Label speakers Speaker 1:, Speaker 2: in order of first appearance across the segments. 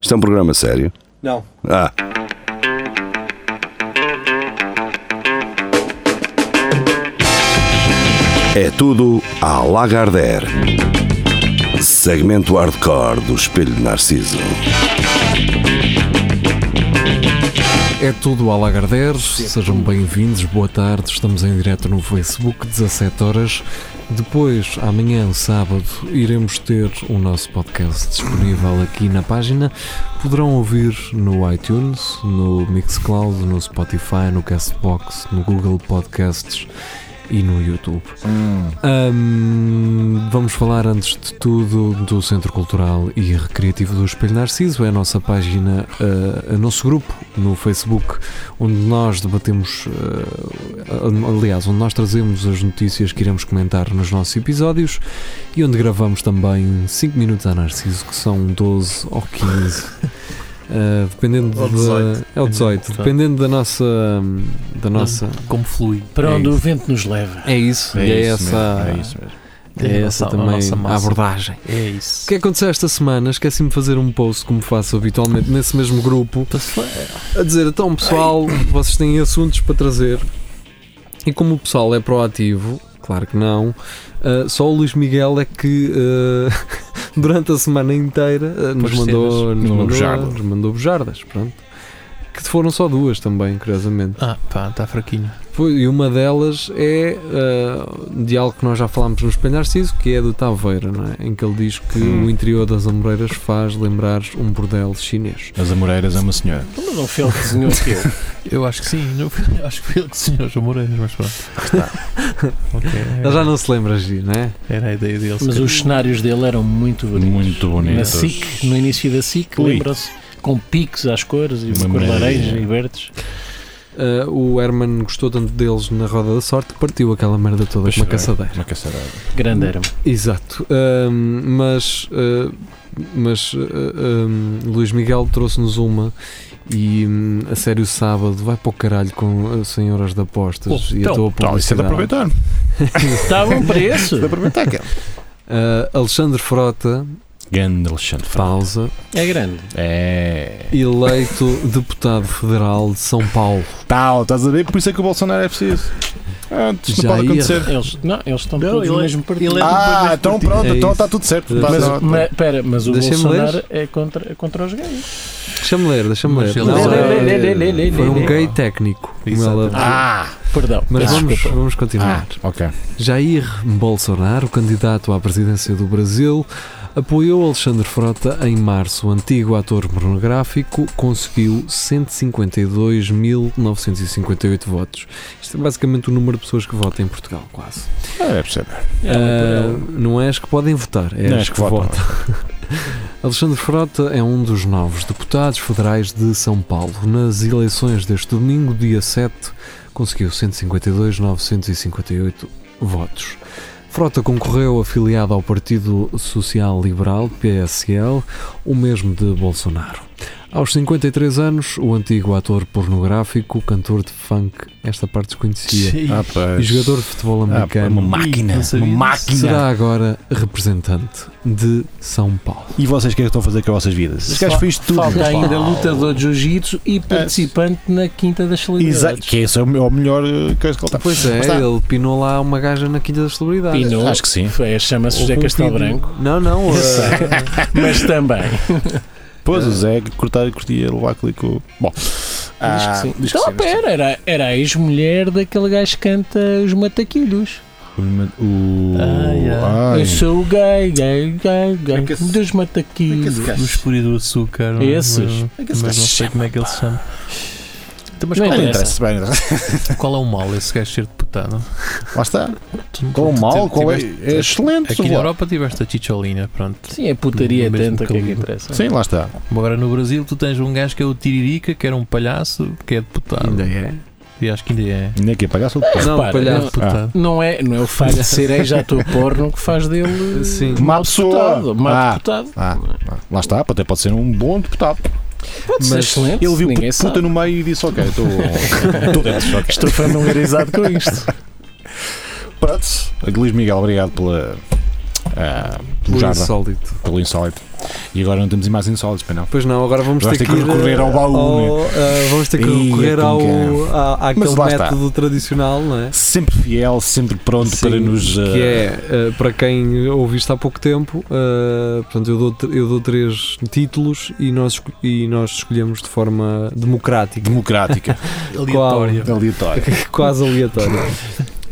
Speaker 1: Isto é um programa sério.
Speaker 2: Não.
Speaker 1: Ah, é tudo à Lagardère. Segmento hardcore do Espelho de Narciso.
Speaker 3: É tudo a Lagardère, sejam bem-vindos, boa tarde, estamos em direto no Facebook, 17 horas. Depois, amanhã, sábado, iremos ter o nosso podcast disponível aqui na página. Poderão ouvir no iTunes, no Mixcloud, no Spotify, no Castbox, no Google Podcasts e no YouTube.
Speaker 4: Hum.
Speaker 3: Ahm, vamos falar antes de tudo do Centro Cultural e Recreativo do Espelho Narciso, é a nossa página, eh, o nosso grupo no Facebook, onde nós debatemos, eh, aliás, onde nós trazemos as notícias que iremos comentar nos nossos episódios e onde gravamos também 5 minutos a Narciso, que são 12 ou 15. eh, dependendo
Speaker 4: Ou
Speaker 3: da-
Speaker 4: 18.
Speaker 3: é o 18, dependendo da nossa da nossa
Speaker 4: Como flui.
Speaker 5: Para
Speaker 3: É
Speaker 5: onde o
Speaker 3: isso.
Speaker 5: vento nos leva.
Speaker 3: é isso,
Speaker 4: É
Speaker 3: e é
Speaker 4: isso
Speaker 3: essa
Speaker 4: mesmo, é isso mesmo.
Speaker 3: é
Speaker 4: É a
Speaker 3: essa
Speaker 4: nossa- a
Speaker 3: também
Speaker 4: nossa
Speaker 3: a
Speaker 4: massa.
Speaker 3: abordagem.
Speaker 4: É
Speaker 3: O
Speaker 4: isso.
Speaker 3: que aconteceu esta semana? Esqueci-me de fazer um post, como faço habitualmente, nesse mesmo grupo,
Speaker 4: Então,
Speaker 3: a dizer: então, pessoal, vocês têm assuntos para trazer. E como o pessoal é proativo, claro que não, ah, só o Luís Miguel é que ah, durante a semana inteira ah, nos,
Speaker 4: Pôs
Speaker 3: mandou, nos,
Speaker 4: no
Speaker 3: mandou,
Speaker 4: bujardas.
Speaker 3: nos mandou bujardas, pronto. Que foram só duas também, curiosamente.
Speaker 4: Ah, pá, está fraquinho.
Speaker 3: Pois, E uma delas é ah, de algo que nós já falámos no Espelho Narciso, que é do Taveira, não é? em que ele diz que
Speaker 6: Hum.
Speaker 3: o interior das Amoreiras faz lembrar um bordel chinês.
Speaker 6: As Amoreiras é uma senhora.
Speaker 5: Então, Mas não foi ele que desenhou aquilo.
Speaker 4: Eu acho que sim. eu fui- acho que foi ele que desenhou os Amoreiras, mas pronto. ok.
Speaker 3: Ele já não se lembra, Gi, não é?
Speaker 4: Era a ideia dele. se
Speaker 5: Mas
Speaker 4: calhar.
Speaker 5: os cenários dele eram muito bonitos.
Speaker 6: Muito
Speaker 5: Na
Speaker 6: bonitas.
Speaker 5: SIC, no início da SIC,
Speaker 6: Ui.
Speaker 5: lembra-se, com piques às cores, e
Speaker 6: Uma
Speaker 5: cor
Speaker 6: maravilha.
Speaker 5: laranja e verdes.
Speaker 3: Ah, o Herman gostou tanto deles na Roda da Sorte que partiu aquela merda toda
Speaker 6: Pois
Speaker 3: com uma
Speaker 6: é.
Speaker 3: caçadeira.
Speaker 6: Uma caçadeira.
Speaker 5: Grande era.
Speaker 3: Exato. Ahm, mas ah, mas ah, ahm, Luís Miguel trouxe-nos uma e hum, a sério sábado vai para o caralho com as senhoras de apostas
Speaker 4: Oh,
Speaker 3: e
Speaker 4: então,
Speaker 3: a tua
Speaker 6: Então, isso é de
Speaker 3: publicidade.
Speaker 6: aproveitar.
Speaker 5: Está a bom preço.
Speaker 6: de aproveitar aquela.
Speaker 3: Ah, Alexandre Frota,
Speaker 6: Grande Alexandre Frota.
Speaker 3: pausa,
Speaker 5: É grande.
Speaker 6: É.
Speaker 3: eleito deputado federal de São Paulo.
Speaker 6: Tal, estás a ver? Por isso é que o Bolsonaro é preciso. Ah, isto
Speaker 3: Já
Speaker 6: não pode
Speaker 3: ia.
Speaker 6: acontecer.
Speaker 5: Eles, não, eles estão
Speaker 4: Não,
Speaker 5: todos
Speaker 4: ele
Speaker 5: no
Speaker 4: é-
Speaker 5: mesmo partido.
Speaker 4: ele é-
Speaker 6: Ah,
Speaker 4: Depois
Speaker 6: então
Speaker 4: deste
Speaker 6: pronto,
Speaker 3: partido.
Speaker 6: então
Speaker 3: É
Speaker 6: está
Speaker 3: isso.
Speaker 6: tudo certo.
Speaker 3: Mas-
Speaker 6: Passa
Speaker 5: Mas,
Speaker 6: a nota.
Speaker 5: mas, pera, mas o
Speaker 3: Deixa-me
Speaker 5: Bolsonaro
Speaker 3: ler.
Speaker 5: é contra, é contra os gays.
Speaker 3: Deixa-me ler, deixa-me
Speaker 4: Mas
Speaker 3: ler.
Speaker 4: ele-
Speaker 3: Não,
Speaker 4: Lê, lê,
Speaker 3: é-
Speaker 5: lê, lê, lê, lê,
Speaker 3: foi
Speaker 5: lê,
Speaker 3: um
Speaker 5: lê.
Speaker 3: gay técnico. como
Speaker 4: Exatamente.
Speaker 3: ela-
Speaker 6: Ah,
Speaker 5: Perdão.
Speaker 3: Mas
Speaker 5: peço
Speaker 3: vamos,
Speaker 5: desculpa. Ah,
Speaker 3: vamos continuar.
Speaker 6: ok.
Speaker 3: Jair Bolsonaro, candidato à presidência do Brasil, apoiou Alexandre Frota em março. O antigo ator pornográfico conseguiu 152.958 votos. Isto é basicamente o número de pessoas que votam em Portugal, quase.
Speaker 6: É, percebe.
Speaker 3: Ah, não é as que podem votar, é
Speaker 6: Não
Speaker 3: as que, votam. Alexandre Frota é um dos novos deputados federais de São Paulo. Nas eleições deste domingo, dia 7, conseguiu 152.958 votos. Frota concorreu afiliado ao Partido Social Liberal, PSL, o mesmo de Bolsonaro. Aos 53 anos, o antigo ator pornográfico, cantor de funk, esta parte desconhecia,
Speaker 6: Ah,
Speaker 3: e
Speaker 6: pois.
Speaker 3: jogador de futebol
Speaker 6: Ah, pá,
Speaker 3: americano,
Speaker 6: uma máquina.
Speaker 4: Não sabia
Speaker 6: Uma
Speaker 4: disso.
Speaker 6: máquina.
Speaker 3: será agora representante de São Paulo.
Speaker 6: E vocês o que é que estão a fazer com as vossas vidas? Esses gajos fez tudo.
Speaker 5: Falta
Speaker 6: pá.
Speaker 5: ainda lutador de jiu-jitsu e participante na Quinta das
Speaker 6: Exato.
Speaker 5: Celebridades.
Speaker 6: Que esse é o meu- o melhor eh, coisa que ele está.
Speaker 3: Pois
Speaker 6: Mas
Speaker 3: é,
Speaker 6: está.
Speaker 3: ele pinou lá uma gaja na Quinta das Celebridades.
Speaker 5: Pinou.
Speaker 6: Acho que sim.
Speaker 5: Foi- É, Chama-se José
Speaker 3: Houve um
Speaker 5: Castelo
Speaker 3: vídeo-
Speaker 5: Branco.
Speaker 3: Não, não.
Speaker 5: Eu
Speaker 3: eh,
Speaker 5: sei. Mas também.
Speaker 6: Pois, o Zé que cortar, curtia levar aquilo com. o- Bom. Ah,
Speaker 5: diz que sim.
Speaker 6: diz que
Speaker 5: Então,
Speaker 6: sim, diz que
Speaker 5: pera, era, era a ex-mulher daquele gajo que canta Os Mataquilhos.
Speaker 6: O. o-
Speaker 4: Ai, ai.
Speaker 6: ai.
Speaker 5: Eu sou gay, gay, gay, gay.
Speaker 4: É que esse-
Speaker 5: dos
Speaker 6: é
Speaker 5: Mataquilhos.
Speaker 4: Do espúrio do açúcar. não é?
Speaker 5: Esses?
Speaker 4: Mas não sei como é que ele se chama. Então, mas
Speaker 5: Não
Speaker 4: qual,
Speaker 6: Bem,
Speaker 5: interessa.
Speaker 4: é,
Speaker 6: interessa, bem, interessa.
Speaker 4: qual é o mal esse gajo ser deputado?
Speaker 6: Lá está.
Speaker 4: Tu-
Speaker 6: Com o
Speaker 4: tu-
Speaker 6: mal,
Speaker 4: tu-
Speaker 6: qual é?
Speaker 4: tiveste-
Speaker 6: É excelente.
Speaker 4: Aqui na
Speaker 6: vá.
Speaker 4: Europa tiveste a Chicholina, pronto.
Speaker 5: Sim, é putaria
Speaker 4: Do mesmo
Speaker 5: tanta, o que é que
Speaker 4: calibre.
Speaker 5: interessa?
Speaker 6: Sim, lá está.
Speaker 4: Agora no Brasil tu tens um gajo que é o Tiririca, que era um palhaço, que é deputado.
Speaker 3: Ainda é.
Speaker 4: E acho que ainda é.
Speaker 6: Nem aqui apagar só
Speaker 3: Não,
Speaker 5: Repara,
Speaker 3: palhaço.
Speaker 5: não-
Speaker 4: Deputado.
Speaker 5: Não é, não é o facto de ser ex-ator porno que faz dele
Speaker 3: Sim.
Speaker 5: mau
Speaker 6: Má pessoa.
Speaker 5: deputado, mau
Speaker 6: Ah.
Speaker 5: deputado.
Speaker 6: Ah, ah, lá está, até pode ser um bom deputado.
Speaker 5: Pode ser
Speaker 3: Mas
Speaker 5: excelente,
Speaker 6: Ele viu
Speaker 5: ninguém
Speaker 6: puta
Speaker 5: sabe.
Speaker 6: no meio e disse: Ok, estou estou dentro. ok."
Speaker 5: Estou familiarizado com isto.
Speaker 6: é Pronto. Luís Miguel, obrigado pela. ah, pelo
Speaker 3: Por
Speaker 6: jardim,
Speaker 3: insólito.
Speaker 6: pelo insólito. E agora não temos imagens sólidas, para não.
Speaker 3: Pois não, agora vamos
Speaker 6: Vais
Speaker 3: ter que, ir, eh,
Speaker 6: recorrer ao baú,
Speaker 3: ao, ah, Vamos ter que
Speaker 6: Ih,
Speaker 3: recorrer
Speaker 6: é
Speaker 3: ao,
Speaker 6: complicado.
Speaker 3: à, àquele
Speaker 6: Mas lá está.
Speaker 3: método tradicional, não é?
Speaker 6: Sempre fiel, sempre pronto
Speaker 3: Sim,
Speaker 6: para nos. ah,
Speaker 3: Que é, ah, para quem ouviu isto há pouco tempo, ah, portanto, eu dou, tr- eu dou três títulos e nós, esco- e nós escolhemos de forma democrática,
Speaker 6: democrática,
Speaker 4: Aleatória.
Speaker 6: aleatória.
Speaker 3: quase aleatória.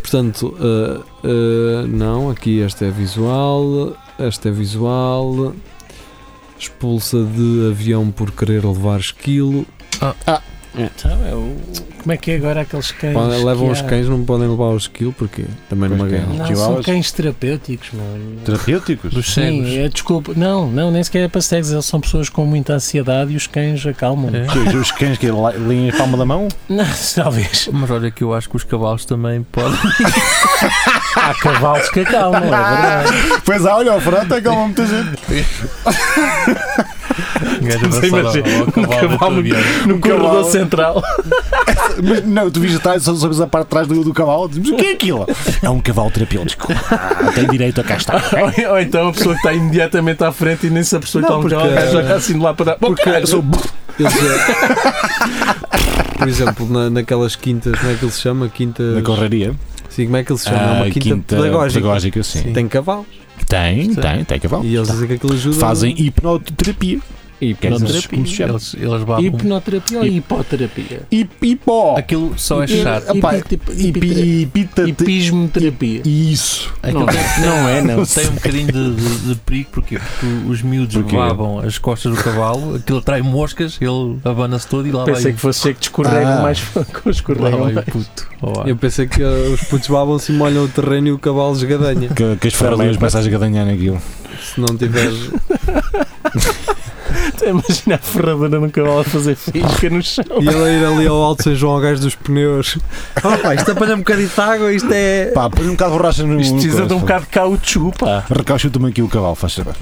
Speaker 3: portanto, ah, ah, não, aqui esta é visual, esta é visual, expulsa de avião por querer levar esquilo,
Speaker 5: Então, é o... Como é que é agora aqueles cães?
Speaker 3: Podem- levam
Speaker 5: que
Speaker 3: os
Speaker 5: há?
Speaker 3: cães, não podem levar os quilos, porque também numa
Speaker 6: Pois é.
Speaker 3: guerra.
Speaker 6: não.
Speaker 5: Não, são
Speaker 6: Chihuahuas?
Speaker 5: cães terapêuticos, mano.
Speaker 6: Terapêuticos?
Speaker 4: Dos cegos.
Speaker 5: Sim, é, desculpa. Não, não, nem sequer é para cegos. Eles são pessoas com muita ansiedade e os cães acalmam.
Speaker 4: É.
Speaker 6: Pois, Os cães que lá- leem a palma da mão?
Speaker 5: Não, talvez.
Speaker 4: Mas olha que eu acho que os cavalos também podem.
Speaker 5: Há cavalos que acalmam, é verdade.
Speaker 6: Pois há, olha, o Fernando acalma muita gente.
Speaker 4: Imagina,
Speaker 6: cavalo no-
Speaker 5: No corredor
Speaker 6: cavalo.
Speaker 5: central.
Speaker 6: Mas não, tu viste atrás, só sabes a parte de trás do, do cavalo. Dizes, mas o que é aquilo? É um cavalo terapêutico. Ah, tem direito a cá estar.
Speaker 5: ou, ou então a pessoa que está imediatamente à frente e nem se apercebeu que
Speaker 3: Não,
Speaker 5: está um
Speaker 3: porque-
Speaker 5: cavalo, o gajo já está assim de lá para dar.
Speaker 3: Porque
Speaker 5: Porque
Speaker 3: sou- Eles, eh, por exemplo, na- naquelas quintas, como é que ele se chama? Quintas.
Speaker 6: Na correria.
Speaker 3: Sim, como é que ele se chama? é
Speaker 6: Ah,
Speaker 3: uma quinta, pedagógica.
Speaker 6: pedagógica, sim.
Speaker 4: Sim.
Speaker 3: Tem cavalos.
Speaker 6: Tem,
Speaker 4: Sim.
Speaker 6: tem, tem cavalo.
Speaker 3: E eles dizem que aquilo ajuda.
Speaker 6: Fazem hipnoterapia.
Speaker 3: E
Speaker 6: Que é
Speaker 3: portanto,
Speaker 6: isso como se chama.
Speaker 4: Eles, eles babam.
Speaker 5: Hipnoterapia ou hipoterapia?
Speaker 6: Hip- Hipó.
Speaker 4: Aquilo só é
Speaker 5: Hipi-
Speaker 4: chato.
Speaker 6: Epá,
Speaker 5: hipi- hipi-
Speaker 6: Hipi- hipita-
Speaker 5: Hipismoterapia.
Speaker 6: Isso.
Speaker 4: Aquilo
Speaker 5: Não,
Speaker 4: tem-
Speaker 5: não é, não.
Speaker 4: Tem um bocadinho de, de- de perigo porque, porque os miúdos
Speaker 6: Porquê?
Speaker 4: babam as costas do cavalo, aquilo atrai moscas, ele abana-se todo e lá
Speaker 5: Pensei
Speaker 4: vai.
Speaker 5: que fosse ser que descorrega
Speaker 6: Ah.
Speaker 5: mais que
Speaker 4: lá
Speaker 5: escorrega
Speaker 4: vai
Speaker 5: mais.
Speaker 4: o puto. ao ar.
Speaker 3: Eu pensei que eh, os putos babam-se e molham o terreno e o cavalo esgadanha.
Speaker 6: Que, que as feras começam a esgadanhar naquilo.
Speaker 3: Se não tiveres.
Speaker 5: Até imagina a ferradura num cavalo a fazer fisca no chão.
Speaker 3: E ele a ir ali ao alto São João ao gajo dos pneus. Oh, pá, isto apanha um bocadinho de água, isto é.
Speaker 6: Pá, põe um bocado de borracha no.
Speaker 5: Isto
Speaker 6: no
Speaker 5: precisa de um bocado
Speaker 6: coração.
Speaker 5: de caucho, pá.
Speaker 6: Recauchuta-me aqui o cavalo, faz saber.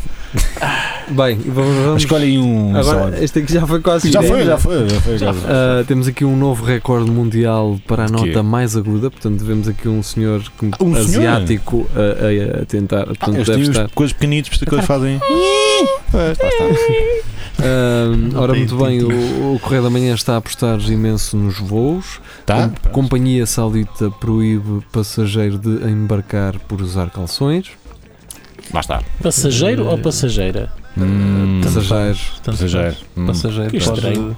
Speaker 3: Bem, vamos. vamos-
Speaker 6: Escolhe aí um.
Speaker 3: Agora, este aqui já foi quase.
Speaker 6: já, foi,
Speaker 3: direto.
Speaker 6: já foi, já foi, já foi.
Speaker 3: Ah, temos aqui um novo recorde mundial para a
Speaker 6: De quê?
Speaker 3: nota mais aguda, portanto vemos aqui um senhor com-
Speaker 6: Um senhor? Ah,
Speaker 3: asiático a- a, a tentar, portanto
Speaker 6: Eles
Speaker 3: deve
Speaker 6: têm
Speaker 3: estar. É,
Speaker 6: os coisas pequenitos, por isso que eles fazem. Pois, lá está.
Speaker 3: Ah, ora,
Speaker 4: Não tem
Speaker 3: muito bem,
Speaker 4: título.
Speaker 3: o, o Correio da Manhã está a apostar imenso nos voos.
Speaker 6: Tá?
Speaker 3: Com- companhia saudita proíbe passageiro de embarcar por usar calções.
Speaker 6: Lá está.
Speaker 5: Passageiro ou passageira?
Speaker 6: Hum,
Speaker 3: Passageiro.
Speaker 4: Portanto,
Speaker 6: passageiro. Hum.
Speaker 4: Passageiro
Speaker 6: Que
Speaker 4: pode
Speaker 5: estranho.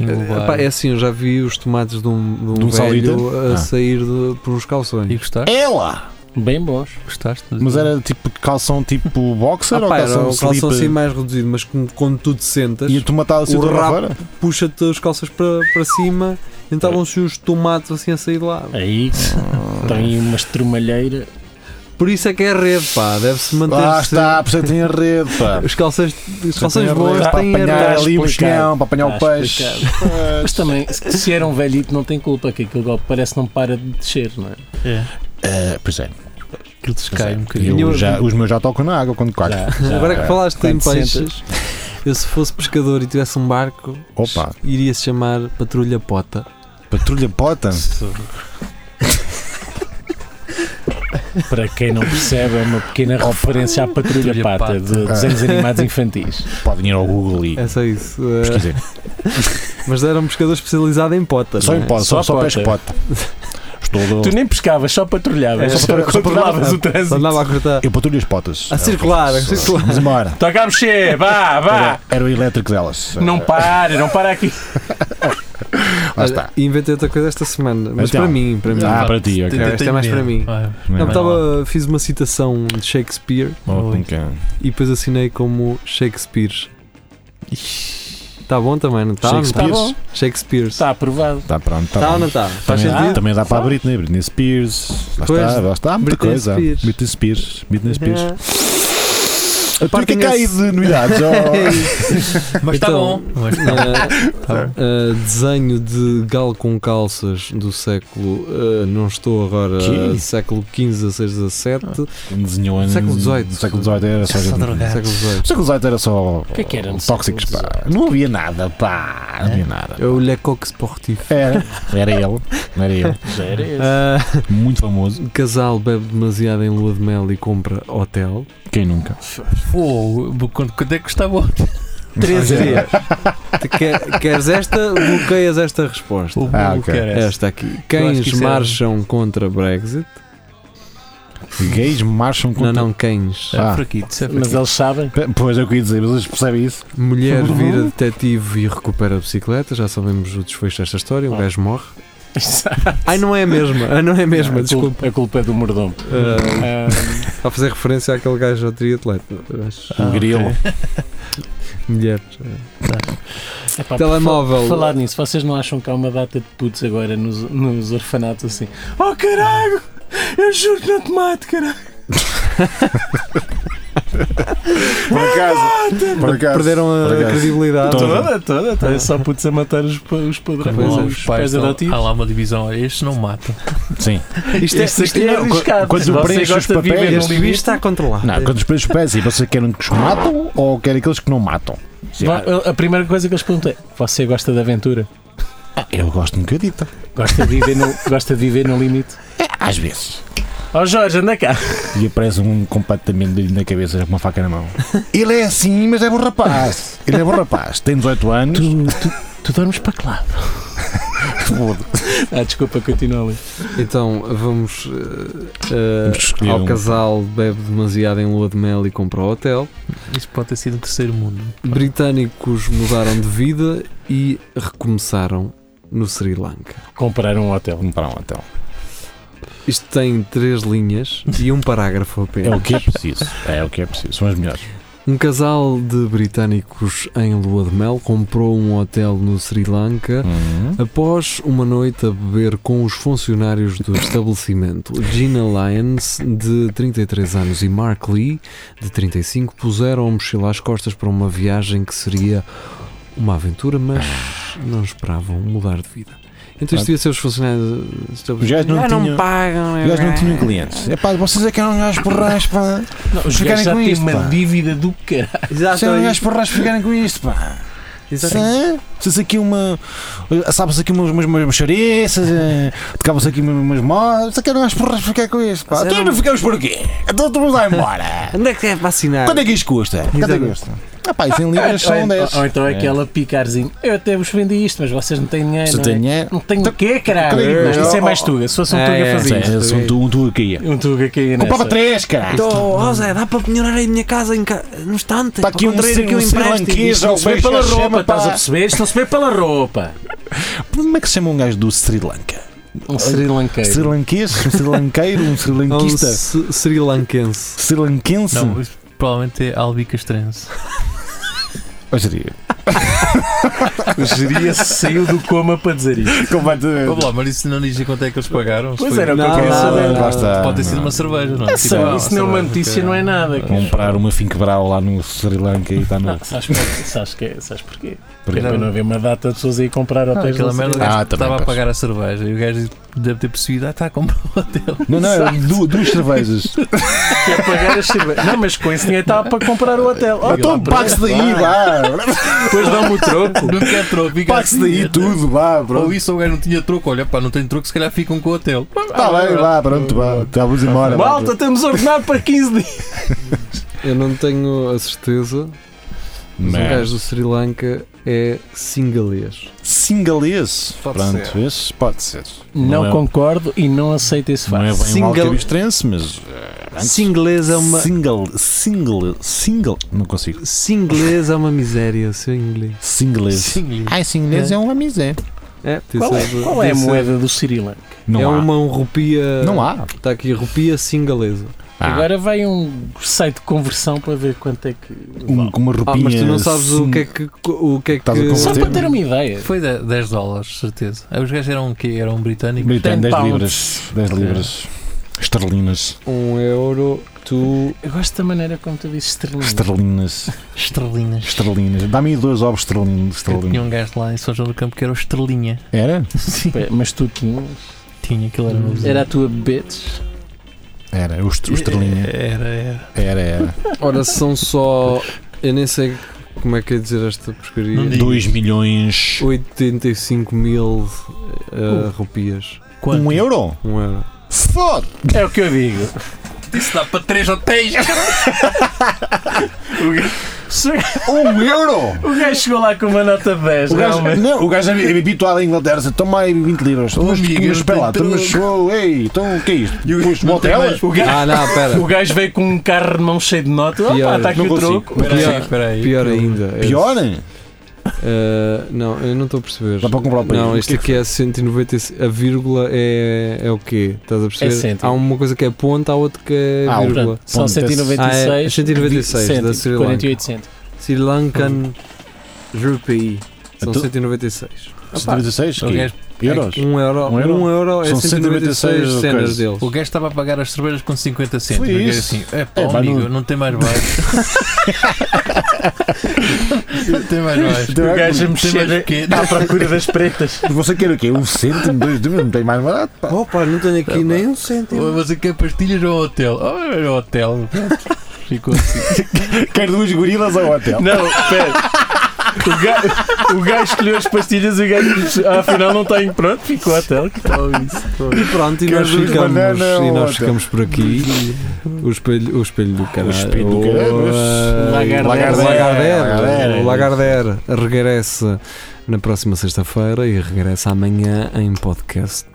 Speaker 4: englobar
Speaker 3: Epá, é assim, eu já vi os tomates de um, de um
Speaker 6: De um
Speaker 3: velho
Speaker 6: saudita?
Speaker 3: a
Speaker 6: Ah.
Speaker 3: sair de- por uns calções. Ah,
Speaker 4: E gostaste?
Speaker 6: É. Ela!
Speaker 5: Bem bons.
Speaker 4: Gostaste?
Speaker 6: Mas era tipo calção tipo boxer
Speaker 3: Ah,
Speaker 6: ou
Speaker 3: pá, era
Speaker 6: calção
Speaker 3: um calção assim
Speaker 6: slip?
Speaker 3: mais reduzido, mas com- quando tu te sentas.
Speaker 6: E tu matava o
Speaker 3: O
Speaker 6: cinto
Speaker 3: rabo.
Speaker 6: para fora?
Speaker 3: puxa-te as calças para, para cima, então
Speaker 6: É.
Speaker 3: entavam-se uns tomates assim a sair de lá.
Speaker 5: Aí tem uma estromalheira.
Speaker 3: Por isso é que é rede, pá, deve-se manter.
Speaker 6: Lá está, por isso é que tem a rede, pá.
Speaker 3: Os calções, os calções
Speaker 6: Tem a rede
Speaker 3: bons
Speaker 6: para
Speaker 3: têm a
Speaker 6: apanhar
Speaker 5: Está
Speaker 6: ali o
Speaker 5: explicado.
Speaker 6: bacalhão, para apanhar o
Speaker 5: Está
Speaker 6: peixe.
Speaker 5: explicado. Mas também, se se era um velhito, não tem culpa, que aquele golpe parece que não para de descer, não é?
Speaker 4: É.
Speaker 6: Eh, Pois é,
Speaker 4: Aquilo descai um
Speaker 6: Eu
Speaker 4: bocadinho.
Speaker 3: Eu-
Speaker 6: já- os meus já tocam na água quando quatro.
Speaker 5: Já,
Speaker 3: Agora
Speaker 5: já.
Speaker 3: que falaste em
Speaker 5: Quando te
Speaker 3: peixes, eu se fosse pescador e tivesse um barco,
Speaker 6: Opa,
Speaker 3: iria-se chamar Patrulha Pota.
Speaker 6: patrulha pota.
Speaker 5: Para quem não percebe, é uma pequena referência à Patrulha
Speaker 4: Patrulha
Speaker 5: Pata
Speaker 4: Pata.
Speaker 5: de desenhos animados infantis.
Speaker 6: Podem ir ao Google e
Speaker 3: É só isso. eh,
Speaker 6: pesquisar.
Speaker 3: mas era um pescador especializado em pota.
Speaker 6: Só
Speaker 3: não é?
Speaker 6: em pota, só,
Speaker 5: Só
Speaker 6: só pesco pota. Estou
Speaker 5: Tu nem pescavas, só patrulhavas.
Speaker 3: É,
Speaker 5: só
Speaker 6: só- só
Speaker 5: controlavas o
Speaker 3: Só
Speaker 5: trânsito.
Speaker 3: andava a cortar.
Speaker 6: Eu patrulho as potas.
Speaker 3: A circular, a circular.
Speaker 6: Vamos embora.
Speaker 5: Toca a mexer, vá,
Speaker 6: Era,
Speaker 5: vá!
Speaker 6: era o elétrico delas. Ah,
Speaker 5: Não para, não para aqui.
Speaker 6: Lá está.
Speaker 3: E inventei outra coisa esta semana, mas
Speaker 6: Então.
Speaker 3: para mim, para mim.
Speaker 6: Ah, para ti, ok.
Speaker 3: Esta é mais para mim.
Speaker 4: Ah,
Speaker 3: Não, estava, fiz uma citação de Shakespeare
Speaker 6: Oh, nunca.
Speaker 3: e depois assinei como Shakespeare. Está bom também, não está?
Speaker 6: Shakespeare.
Speaker 5: bom.
Speaker 3: Shakespeare. Está
Speaker 5: Está aprovado.
Speaker 6: Está Tá pronto, está
Speaker 3: ou
Speaker 6: bom.
Speaker 3: tá não está? Faz
Speaker 6: Também, tá. dá-
Speaker 3: sentido?
Speaker 6: também dá para a Britney, Britney Spears. Lá
Speaker 3: Pois,
Speaker 6: está, lá está, há muita
Speaker 3: Britney
Speaker 6: coisa.
Speaker 3: Spears.
Speaker 6: Britney Spears. Britney Spears.
Speaker 3: Ah,
Speaker 6: A
Speaker 3: Partem
Speaker 6: que cai
Speaker 3: esse-
Speaker 6: de novidades. ó.
Speaker 4: Mas está
Speaker 3: Então,
Speaker 4: bom. Mas tá
Speaker 3: ah, ah, desenho de galo com calças do século, ah, não estou agora,
Speaker 6: Que?
Speaker 3: século XV a 6 XVII,
Speaker 6: Quando desenhou em-
Speaker 3: Século XVIII.
Speaker 6: Século XVIII era só.
Speaker 4: Só
Speaker 6: gente-
Speaker 4: drogados.
Speaker 3: século XVIII.
Speaker 6: O século XVIII era só
Speaker 5: que é que era no
Speaker 6: tóxicos,
Speaker 5: século
Speaker 6: pá. Não havia nada, pá. Não havia nada.
Speaker 3: É o Le Coq Sportif.
Speaker 6: Era, era ele. Era ele.
Speaker 5: Já era esse.
Speaker 3: Ah,
Speaker 6: Muito famoso.
Speaker 3: casal bebe demasiado em lua de mel e compra hotel.
Speaker 2: Quem nunca?
Speaker 4: Pô, quanto, quanto é que custava?
Speaker 3: 13 dias. Tu quer- Queres esta? Bloqueias esta resposta.
Speaker 4: O
Speaker 6: Ah,
Speaker 4: ah,
Speaker 6: ok.
Speaker 3: Esta aqui.
Speaker 4: Eu acho que
Speaker 3: Cães
Speaker 4: isso era-
Speaker 3: marcham contra Brexit.
Speaker 6: Gays marcham
Speaker 3: Não,
Speaker 6: contra.
Speaker 3: não, cães.
Speaker 4: é
Speaker 6: Ah.
Speaker 5: Mas eles sabem.
Speaker 6: P- Pois é o que eu ia dizer, mas eles percebem isso.
Speaker 3: Mulher vira detetive e recupera a bicicleta. Já sabemos o desfecho desta história. O
Speaker 5: Ah.
Speaker 3: gajo morre. Ai, não é a mesma. Ai, não é a mesma.
Speaker 5: a,
Speaker 3: Desculpa.
Speaker 5: culpa, a culpa é do mordomo.
Speaker 3: Ah,
Speaker 5: Ah,
Speaker 3: Está a fazer referência àquele gajo ao triatleta. Mas
Speaker 5: Ah,
Speaker 6: O Um grilo.
Speaker 3: Mulher.
Speaker 5: epá,
Speaker 3: Telemóvel.
Speaker 5: É por fa- Falar nisso, vocês não acham que há uma data de putos agora nos, nos orfanatos assim? Oh caralho! Eu juro que não te mato, caralho!
Speaker 6: Por acaso. Por acaso.
Speaker 3: Ah, Perderam a,
Speaker 6: por acaso.
Speaker 3: credibilidade.
Speaker 6: Toda.
Speaker 5: toda, toda. É só putos a matar os, pa- os padrões,
Speaker 3: Pois é,
Speaker 5: os pais
Speaker 4: Há
Speaker 5: adotivos.
Speaker 4: Ah, lá uma divisão. Olha, estes não matam.
Speaker 6: Sim.
Speaker 3: Isto é,
Speaker 5: Este
Speaker 3: isto
Speaker 5: aqui
Speaker 3: é
Speaker 5: é arriscado.
Speaker 6: quando
Speaker 5: Se
Speaker 6: eu
Speaker 5: você
Speaker 6: preencho os
Speaker 5: gosta de viver
Speaker 6: papéis-
Speaker 5: num
Speaker 3: Este bicho
Speaker 5: limite,
Speaker 3: está controlado.
Speaker 5: É.
Speaker 6: Não, quando os preços pesam, você quer um que os matam ou quer aqueles que não matam? Sim,
Speaker 5: Bom, eu- A primeira coisa que eles perguntam é: você gosta de aventura?
Speaker 6: ah, eu gosto um bocadito.
Speaker 5: Gosta de viver no, gosta de viver no limite?
Speaker 6: Às vezes.
Speaker 5: Ó Jorge, anda cá!
Speaker 6: E aparece um completamente na cabeça com uma faca na mão. Ele é assim, mas é bom rapaz. Ele é bom rapaz. Tem 18 anos.
Speaker 5: Tu dormes para que lado? Ah, desculpa, continua ali.
Speaker 3: Então vamos eh,
Speaker 6: Temos que escolher
Speaker 3: eh, ao
Speaker 6: um.
Speaker 3: casal bebe demasiado em lua de mel e compra o hotel.
Speaker 4: Isso pode ter sido um terceiro mundo.
Speaker 3: Britânicos mudaram de vida e recomeçaram no Sri Lanka.
Speaker 5: Comprar um hotel.
Speaker 6: Vamos para um hotel.
Speaker 3: Isto tem três linhas e um parágrafo
Speaker 6: É
Speaker 3: apenas.
Speaker 6: o que é preciso. É o que é preciso. São as melhores.
Speaker 3: Um casal de britânicos em lua de mel comprou um hotel no Sri Lanka
Speaker 6: Uhum.
Speaker 3: Após uma noite a beber com os funcionários do estabelecimento, Gina Lyons, de 33 anos, e Mark Lee, de 35, puseram a mochila às costas para uma viagem que seria uma aventura, mas não esperavam mudar de vida. Então isto devia ser os funcionários do
Speaker 6: Os
Speaker 3: estabelecimento.
Speaker 6: gajos não né,
Speaker 3: "Ah,
Speaker 6: tinham-
Speaker 3: pagam.
Speaker 6: Os gajos não tinham clientes. É pá, vocês é que eram gajos porrais, pá.
Speaker 5: Não, os
Speaker 6: Ficarem
Speaker 5: gajos já
Speaker 6: com
Speaker 5: têm
Speaker 6: isto,
Speaker 5: uma
Speaker 6: pá.
Speaker 5: dívida do caralho.
Speaker 6: Vocês eram um
Speaker 3: Exato.
Speaker 6: gajos porrais que ficarem com isto, pá.
Speaker 3: Exato.
Speaker 6: Sim. Vocês aqui uma. eh, Sabes aqui umas, umas, umas mochariças, eh, tocavam-se aqui umas- umas modas. Vocês é que eram gajos porrais que ficar com isto, pá.
Speaker 3: Vocês
Speaker 6: Então
Speaker 3: eram-
Speaker 6: não ficamos por aqui. Então vamos lá embora.
Speaker 3: Onde é que é vacinar?
Speaker 6: Quanto é que isto custa? Quanto é que custa? Ah pá, isso em libras
Speaker 5: ou,
Speaker 6: são
Speaker 5: ou-
Speaker 6: 10.
Speaker 5: ou então é aquela picarzinho. Eu até vos vendi isto, mas vocês não têm dinheiro.
Speaker 6: Se
Speaker 5: não, é?
Speaker 6: tem dinheiro.
Speaker 5: não tenho o quê,
Speaker 6: Tem-
Speaker 5: caralho? Mas isso é mais tuga. Se fosse um
Speaker 3: É,
Speaker 5: tuga,
Speaker 3: é,
Speaker 5: fazia
Speaker 3: sim.
Speaker 5: isto.
Speaker 3: é, são
Speaker 6: tu, um tu aqui.
Speaker 5: Um tuga caía nessa.
Speaker 6: Comprava 3, cara.
Speaker 3: Então, ó Zé, dá para penhorar aí a minha casa em ca... no
Speaker 5: tá
Speaker 3: instante.
Speaker 6: Está aqui
Speaker 3: para
Speaker 6: um
Speaker 3: contrair
Speaker 6: Sri- um Sri Lanquês
Speaker 5: Isto não
Speaker 6: ao
Speaker 5: se vê
Speaker 6: beijo
Speaker 5: pela
Speaker 6: que se chama,
Speaker 5: roupa, estás a
Speaker 6: pá.
Speaker 5: perceber? Isto não se vê pela roupa.
Speaker 6: Como é que se chama um gajo do Sri Lanka?
Speaker 5: Um Sri Lankeiro.
Speaker 6: Sri Lanquês? Um Sri Lanqueiro? Um Sri
Speaker 3: É um
Speaker 6: Lanquista?
Speaker 3: s- Sri Lankense.
Speaker 6: Sri Lanquense?
Speaker 4: Não, isso provavelmente é albicastrense.
Speaker 6: Ou seria?
Speaker 5: O geria saiu do coma para dizer isto.
Speaker 4: Vamos
Speaker 6: Completamente.
Speaker 4: lá, mas isso não diz quanto é que eles pagaram. Se
Speaker 5: Pois
Speaker 4: foi-
Speaker 5: era o que
Speaker 3: Não,
Speaker 5: eu
Speaker 6: é
Speaker 5: queria
Speaker 3: não,
Speaker 5: saber.
Speaker 3: não.
Speaker 4: Pode ter sido uma cerveja, não é?
Speaker 5: É só, isso não é uma notícia, não é nada. cara.
Speaker 6: Comprar uma Finkbrau lá no Sri Lanka e está no.
Speaker 5: Não, sabes, porquê? sabes, que- é, sabes porquê? Porque
Speaker 4: não-
Speaker 5: não, não havia uma data de pessoas aí comprar hotéis.
Speaker 4: Aquela
Speaker 5: não
Speaker 4: é merda, o
Speaker 5: sei.
Speaker 6: Ah,
Speaker 4: gajo
Speaker 6: também,
Speaker 4: estava a
Speaker 6: pois.
Speaker 4: pagar a cerveja e o gajo deve ter percebido, ah, está a comprar o hotel.
Speaker 6: Não, não, eram du- duas cervejas.
Speaker 5: Quer é pagar as cervejas. Não, mas com esse dinheiro estava para comprar o hotel. Oh,
Speaker 6: Então pague-se daí, vá.
Speaker 5: depois dá-me o troco.
Speaker 4: Não quer troco, fica
Speaker 6: Pague-se
Speaker 4: assim.
Speaker 6: daí tudo, vá,
Speaker 4: Ou
Speaker 6: pronto.
Speaker 4: isso, ou o gajo não tinha troco, olha, pá, não tem troco, se calhar ficam com o hotel.
Speaker 6: Está Tá bem, vá, pronto, vá. Tá, Vamos embora. vá.
Speaker 5: Malta, temos ordenado para 15 dias.
Speaker 3: Eu não tenho a certeza, mas o
Speaker 6: Mas-
Speaker 3: gajo do Sri Lanka é singalês.
Speaker 6: Singalês.
Speaker 3: Pode
Speaker 6: Pronto, esse pode ser.
Speaker 5: Não,
Speaker 6: é-
Speaker 5: concordo e não aceito esse
Speaker 6: Não é
Speaker 5: facto.
Speaker 6: bem
Speaker 3: Single-
Speaker 6: um alcabistrense, mas. eh, antes-
Speaker 3: Singalês é uma.
Speaker 6: Single, single, single. Não consigo.
Speaker 3: Singlês é uma miséria, seu inglês.
Speaker 6: Singlês.
Speaker 4: Sim,
Speaker 6: Ah, singlês é uma miséria.
Speaker 3: É,
Speaker 5: Qual é, qual é a moeda do Sri Lanka?
Speaker 6: Não
Speaker 3: é
Speaker 6: há.
Speaker 3: uma um rupia.
Speaker 6: Não há.
Speaker 3: Está aqui, rupia singalesa.
Speaker 6: Ah,
Speaker 5: Agora vai um site de conversão para ver quanto é que.
Speaker 6: um-
Speaker 5: vale.
Speaker 6: com uma roupinha.
Speaker 3: Ah, mas tu não sabes o
Speaker 6: sing-
Speaker 3: que é que. O que é que
Speaker 6: Estás a
Speaker 5: Só
Speaker 6: converter?
Speaker 5: para ter uma ideia.
Speaker 4: Foi de- 10 dólares, certeza. Ah, Os gajos eram o quê? Eram britânicos?
Speaker 6: Britânico,
Speaker 5: 10
Speaker 6: 10
Speaker 5: pounds.
Speaker 6: libras. 10 libras. Esterlinas.
Speaker 3: um euro, tu.
Speaker 5: Eu gosto da maneira como tu dizes estrelinha.
Speaker 6: Esterlinas.
Speaker 4: Estrelinhas.
Speaker 6: Esterlinas. Dá-me dois ovos esterlinos.
Speaker 4: Eu tinha
Speaker 6: esterlinos.
Speaker 4: um gajo lá em São João do Campo que era o Estrelinha.
Speaker 6: Era?
Speaker 4: Sim.
Speaker 5: Mas tu tinhas.
Speaker 4: Tinha, aquilo era novo.
Speaker 5: Era a tua betes.
Speaker 6: Era. O, est- o estrelinha.
Speaker 4: Era, era.
Speaker 6: Era, era.
Speaker 3: Ora, são só. Eu nem sei como é que é dizer esta
Speaker 4: Não
Speaker 3: porcaria.
Speaker 4: digo.
Speaker 6: 2 milhões.
Speaker 3: 85 mil
Speaker 6: Uh.
Speaker 3: eh, rupias.
Speaker 4: Quanto?
Speaker 6: Um euro?
Speaker 3: Um euro.
Speaker 6: Foda!
Speaker 5: É o que eu digo.
Speaker 4: Isso dá para três hotéis.
Speaker 6: Um euro!
Speaker 5: O gajo chegou lá com uma nota 10,
Speaker 6: O gajo,
Speaker 5: realmente.
Speaker 6: não, o gajo é é habituado à Inglaterra, diz, toma aí 20 libras. Então, mas
Speaker 4: amigo, eu
Speaker 6: espera lá,
Speaker 4: tenho
Speaker 6: então, mas, oh, ei, então o que é isto? é
Speaker 4: E o-
Speaker 6: Pus
Speaker 4: não tem
Speaker 6: motelas?
Speaker 4: mais.
Speaker 5: O gajo,
Speaker 3: Ah, não, pera.
Speaker 5: o gajo veio com um carro de mão cheio de notas. Opa,
Speaker 3: Pior,
Speaker 5: está aqui
Speaker 6: não
Speaker 5: o
Speaker 6: consigo.
Speaker 5: troco.
Speaker 4: Espera aí,
Speaker 3: Pior-
Speaker 4: espera aí.
Speaker 3: Pior ainda. é-
Speaker 6: Pior?
Speaker 3: Ah, não, eu não estou a perceber.
Speaker 6: Dá para comprar o país.
Speaker 3: Não, isto aqui é 190. A vírgula é, é o quê? Estás a
Speaker 5: É
Speaker 3: perceber?
Speaker 5: cêntimo.
Speaker 3: há uma coisa que é ponta, há outra que é
Speaker 6: Ah,
Speaker 3: vírgula.
Speaker 5: Portanto, são
Speaker 6: Ponto.
Speaker 5: 196,
Speaker 3: Ah, é, 196 da Sri Lanka.
Speaker 5: 48 cento.
Speaker 3: Sri Lankan Rupee. Hum. São
Speaker 6: Então-
Speaker 3: 196.
Speaker 6: 196
Speaker 4: O
Speaker 6: quê?
Speaker 4: gajo,
Speaker 6: euros?
Speaker 3: Um euro,
Speaker 6: Um euro?
Speaker 3: um euro é
Speaker 6: São
Speaker 3: 196
Speaker 6: 196
Speaker 3: cenas
Speaker 6: coisas.
Speaker 3: deles.
Speaker 4: o gajo estava a pagar as cervejas com 50
Speaker 6: Foi
Speaker 4: cêntimos. O gajo
Speaker 6: isso.
Speaker 4: assim, é pá,
Speaker 6: É, vai
Speaker 4: amigo,
Speaker 6: no-
Speaker 4: não tem mais baixo. não tem mais baixo.
Speaker 6: Então,
Speaker 5: O gajo a
Speaker 4: Tem mais
Speaker 5: mexer
Speaker 4: pequeno.
Speaker 5: Tá à procura das pretas.
Speaker 6: Você quer o quê? Um cêntimo, dois cêntimos? Não tem mais barato, pá.
Speaker 3: Opa, não tenho aqui nem um cêntimo.
Speaker 4: Mas aqui é pastilhas ou hotel? Ah, era hotel. Pronto. Ficou assim.
Speaker 6: Quer duas gorilas ao hotel?
Speaker 5: Não, pera. O gajo, o gajo escolheu as pastilhas e o gajo disse: "Ah, afinal não tenho. Pronto, ficou até.
Speaker 3: E pronto, e
Speaker 6: Quer
Speaker 3: nós
Speaker 6: duas
Speaker 3: ficamos,
Speaker 6: banana
Speaker 3: e
Speaker 6: ou
Speaker 3: nós
Speaker 6: outra?
Speaker 3: ficamos por aqui. O espelho, o espelho do caralho.
Speaker 6: espelho do caralho.
Speaker 3: Oh,
Speaker 5: Lagardère.
Speaker 6: é
Speaker 3: Lagardère.
Speaker 6: Lagardère.
Speaker 3: O Lagardère regressa na próxima sexta-feira e regressa amanhã em podcast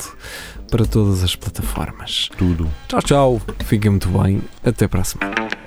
Speaker 3: para todas as plataformas.
Speaker 6: Tudo.
Speaker 3: Tchau, tchau. Fiquem muito bem. Até para a semana.